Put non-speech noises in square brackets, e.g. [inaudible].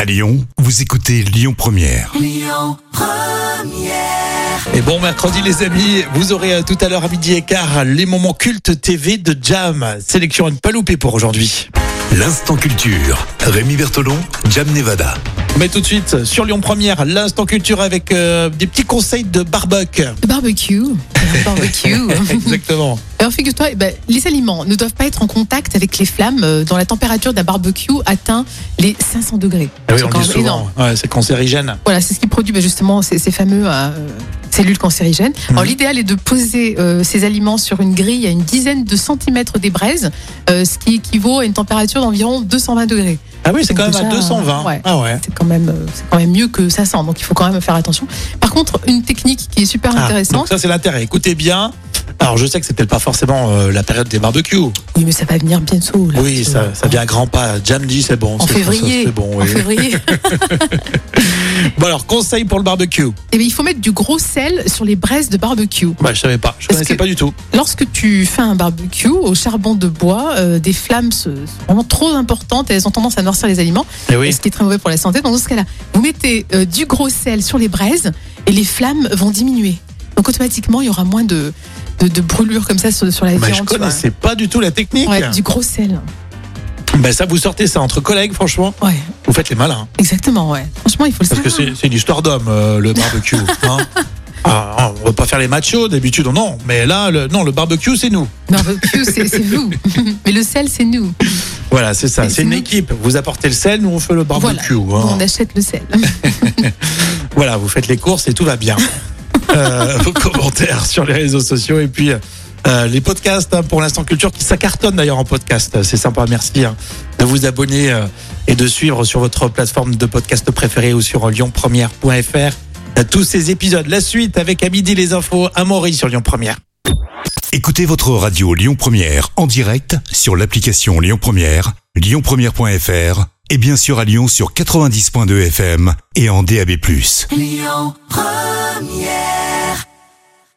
À Lyon, vous écoutez Lyon Première. Et bon mercredi les amis, vous aurez euh, tout à l'heure à midi et quart les moments cultes TV de Jam. Sélection à ne pas louper pour aujourd'hui. L'instant culture. Rémi Bertolon, Jam Nevada. Mais tout de suite sur Lyon Première, l'instant culture avec euh, des petits conseils de [laughs] barbecue. Barbecue. Barbecue. [laughs] Exactement. Alors figure-toi, eh ben, les aliments ne doivent pas être en contact avec les flammes euh, dont la température d'un barbecue atteint les 500 degrés. Ah oui, C'est on quand le dit même souvent. Ouais, c'est cancérigène. Voilà, c'est ce qui produit ben, justement ces, ces fameux euh, cellules cancérigènes. Alors Mhm. l'idéal est de poser euh, ces aliments sur une grille à une dizaine de centimètres des braises, euh, ce qui équivaut à une température d'environ 220 degrés. Ah oui, c'est quand Donc même à déjà, 220. ouais. Ah ouais. C'est quand même, euh, c'est quand même mieux que 500, donc il faut quand même faire attention. Par contre, une technique qui est super Ah, intéressante. donc ça c'est l'intérêt. Écoutez bien. Alors je sais que c'était pas forcément euh, la période des barbecues. Oui, mais ça va venir bientôt. Là, oui, tu ça, vois. ça vient à grands pas. Jam dit c'est bon. En c'est- ça, février. C'est bon. En oui. [laughs] février. Bon alors conseil pour le barbecue. Eh bien, il faut mettre du gros sel sur les braises de barbecue. Bah je savais pas. Je Parce connaissais que- pas du tout. Lorsque tu fais un barbecue au charbon de bois, euh, des flammes se- sont vraiment trop importantes et elles ont tendance à noircir les aliments, Eh et oui. ce qui est très mauvais pour la santé. Donc, dans ce cas-là, vous mettez euh, du gros sel sur les braises et les flammes vont diminuer. Donc, automatiquement, il y aura moins de, de, de brûlures comme ça sur, sur la Bah, viande. je tu vois. connaissais pas du tout la technique. Ouais, du gros sel. Bah, ça, vous sortez ça entre collègues, franchement. Ouais, Vous faites les malins. hein, exactement, ouais. Franchement, il faut le Parce que savoir. c'est c'est une histoire d'homme, euh, le [laughs] barbecue. hein. Ah, on va pas faire les machos d'habitude, non. Mais là, le, non, le barbecue, c'est nous. Barbecue, c'est [laughs] c'est vous. Mais le sel, c'est nous. Voilà, c'est ça. Mais C'est une sinon- équipe. Vous apportez le sel, nous, on fait le barbecue. Voilà. hein. On achète le sel. Voilà, vous faites les courses et tout va bien. Euh, vos commentaires sur les réseaux sociaux et puis euh, les podcasts hein, pour l'instant culture qui ça cartonne d'ailleurs en podcast. C'est sympa, merci hein, de vous abonner euh, et de suivre sur votre plateforme de podcast préférée ou sur lyonpremière.fr euh, tous ces épisodes. La suite avec à midi les infos à Maury sur Lyon Première. Écoutez votre radio Lyon Première en direct sur l'application Lyon Première, lyonpremière.fr et bien sûr à Lyon sur 90.2 FM et en DAB+.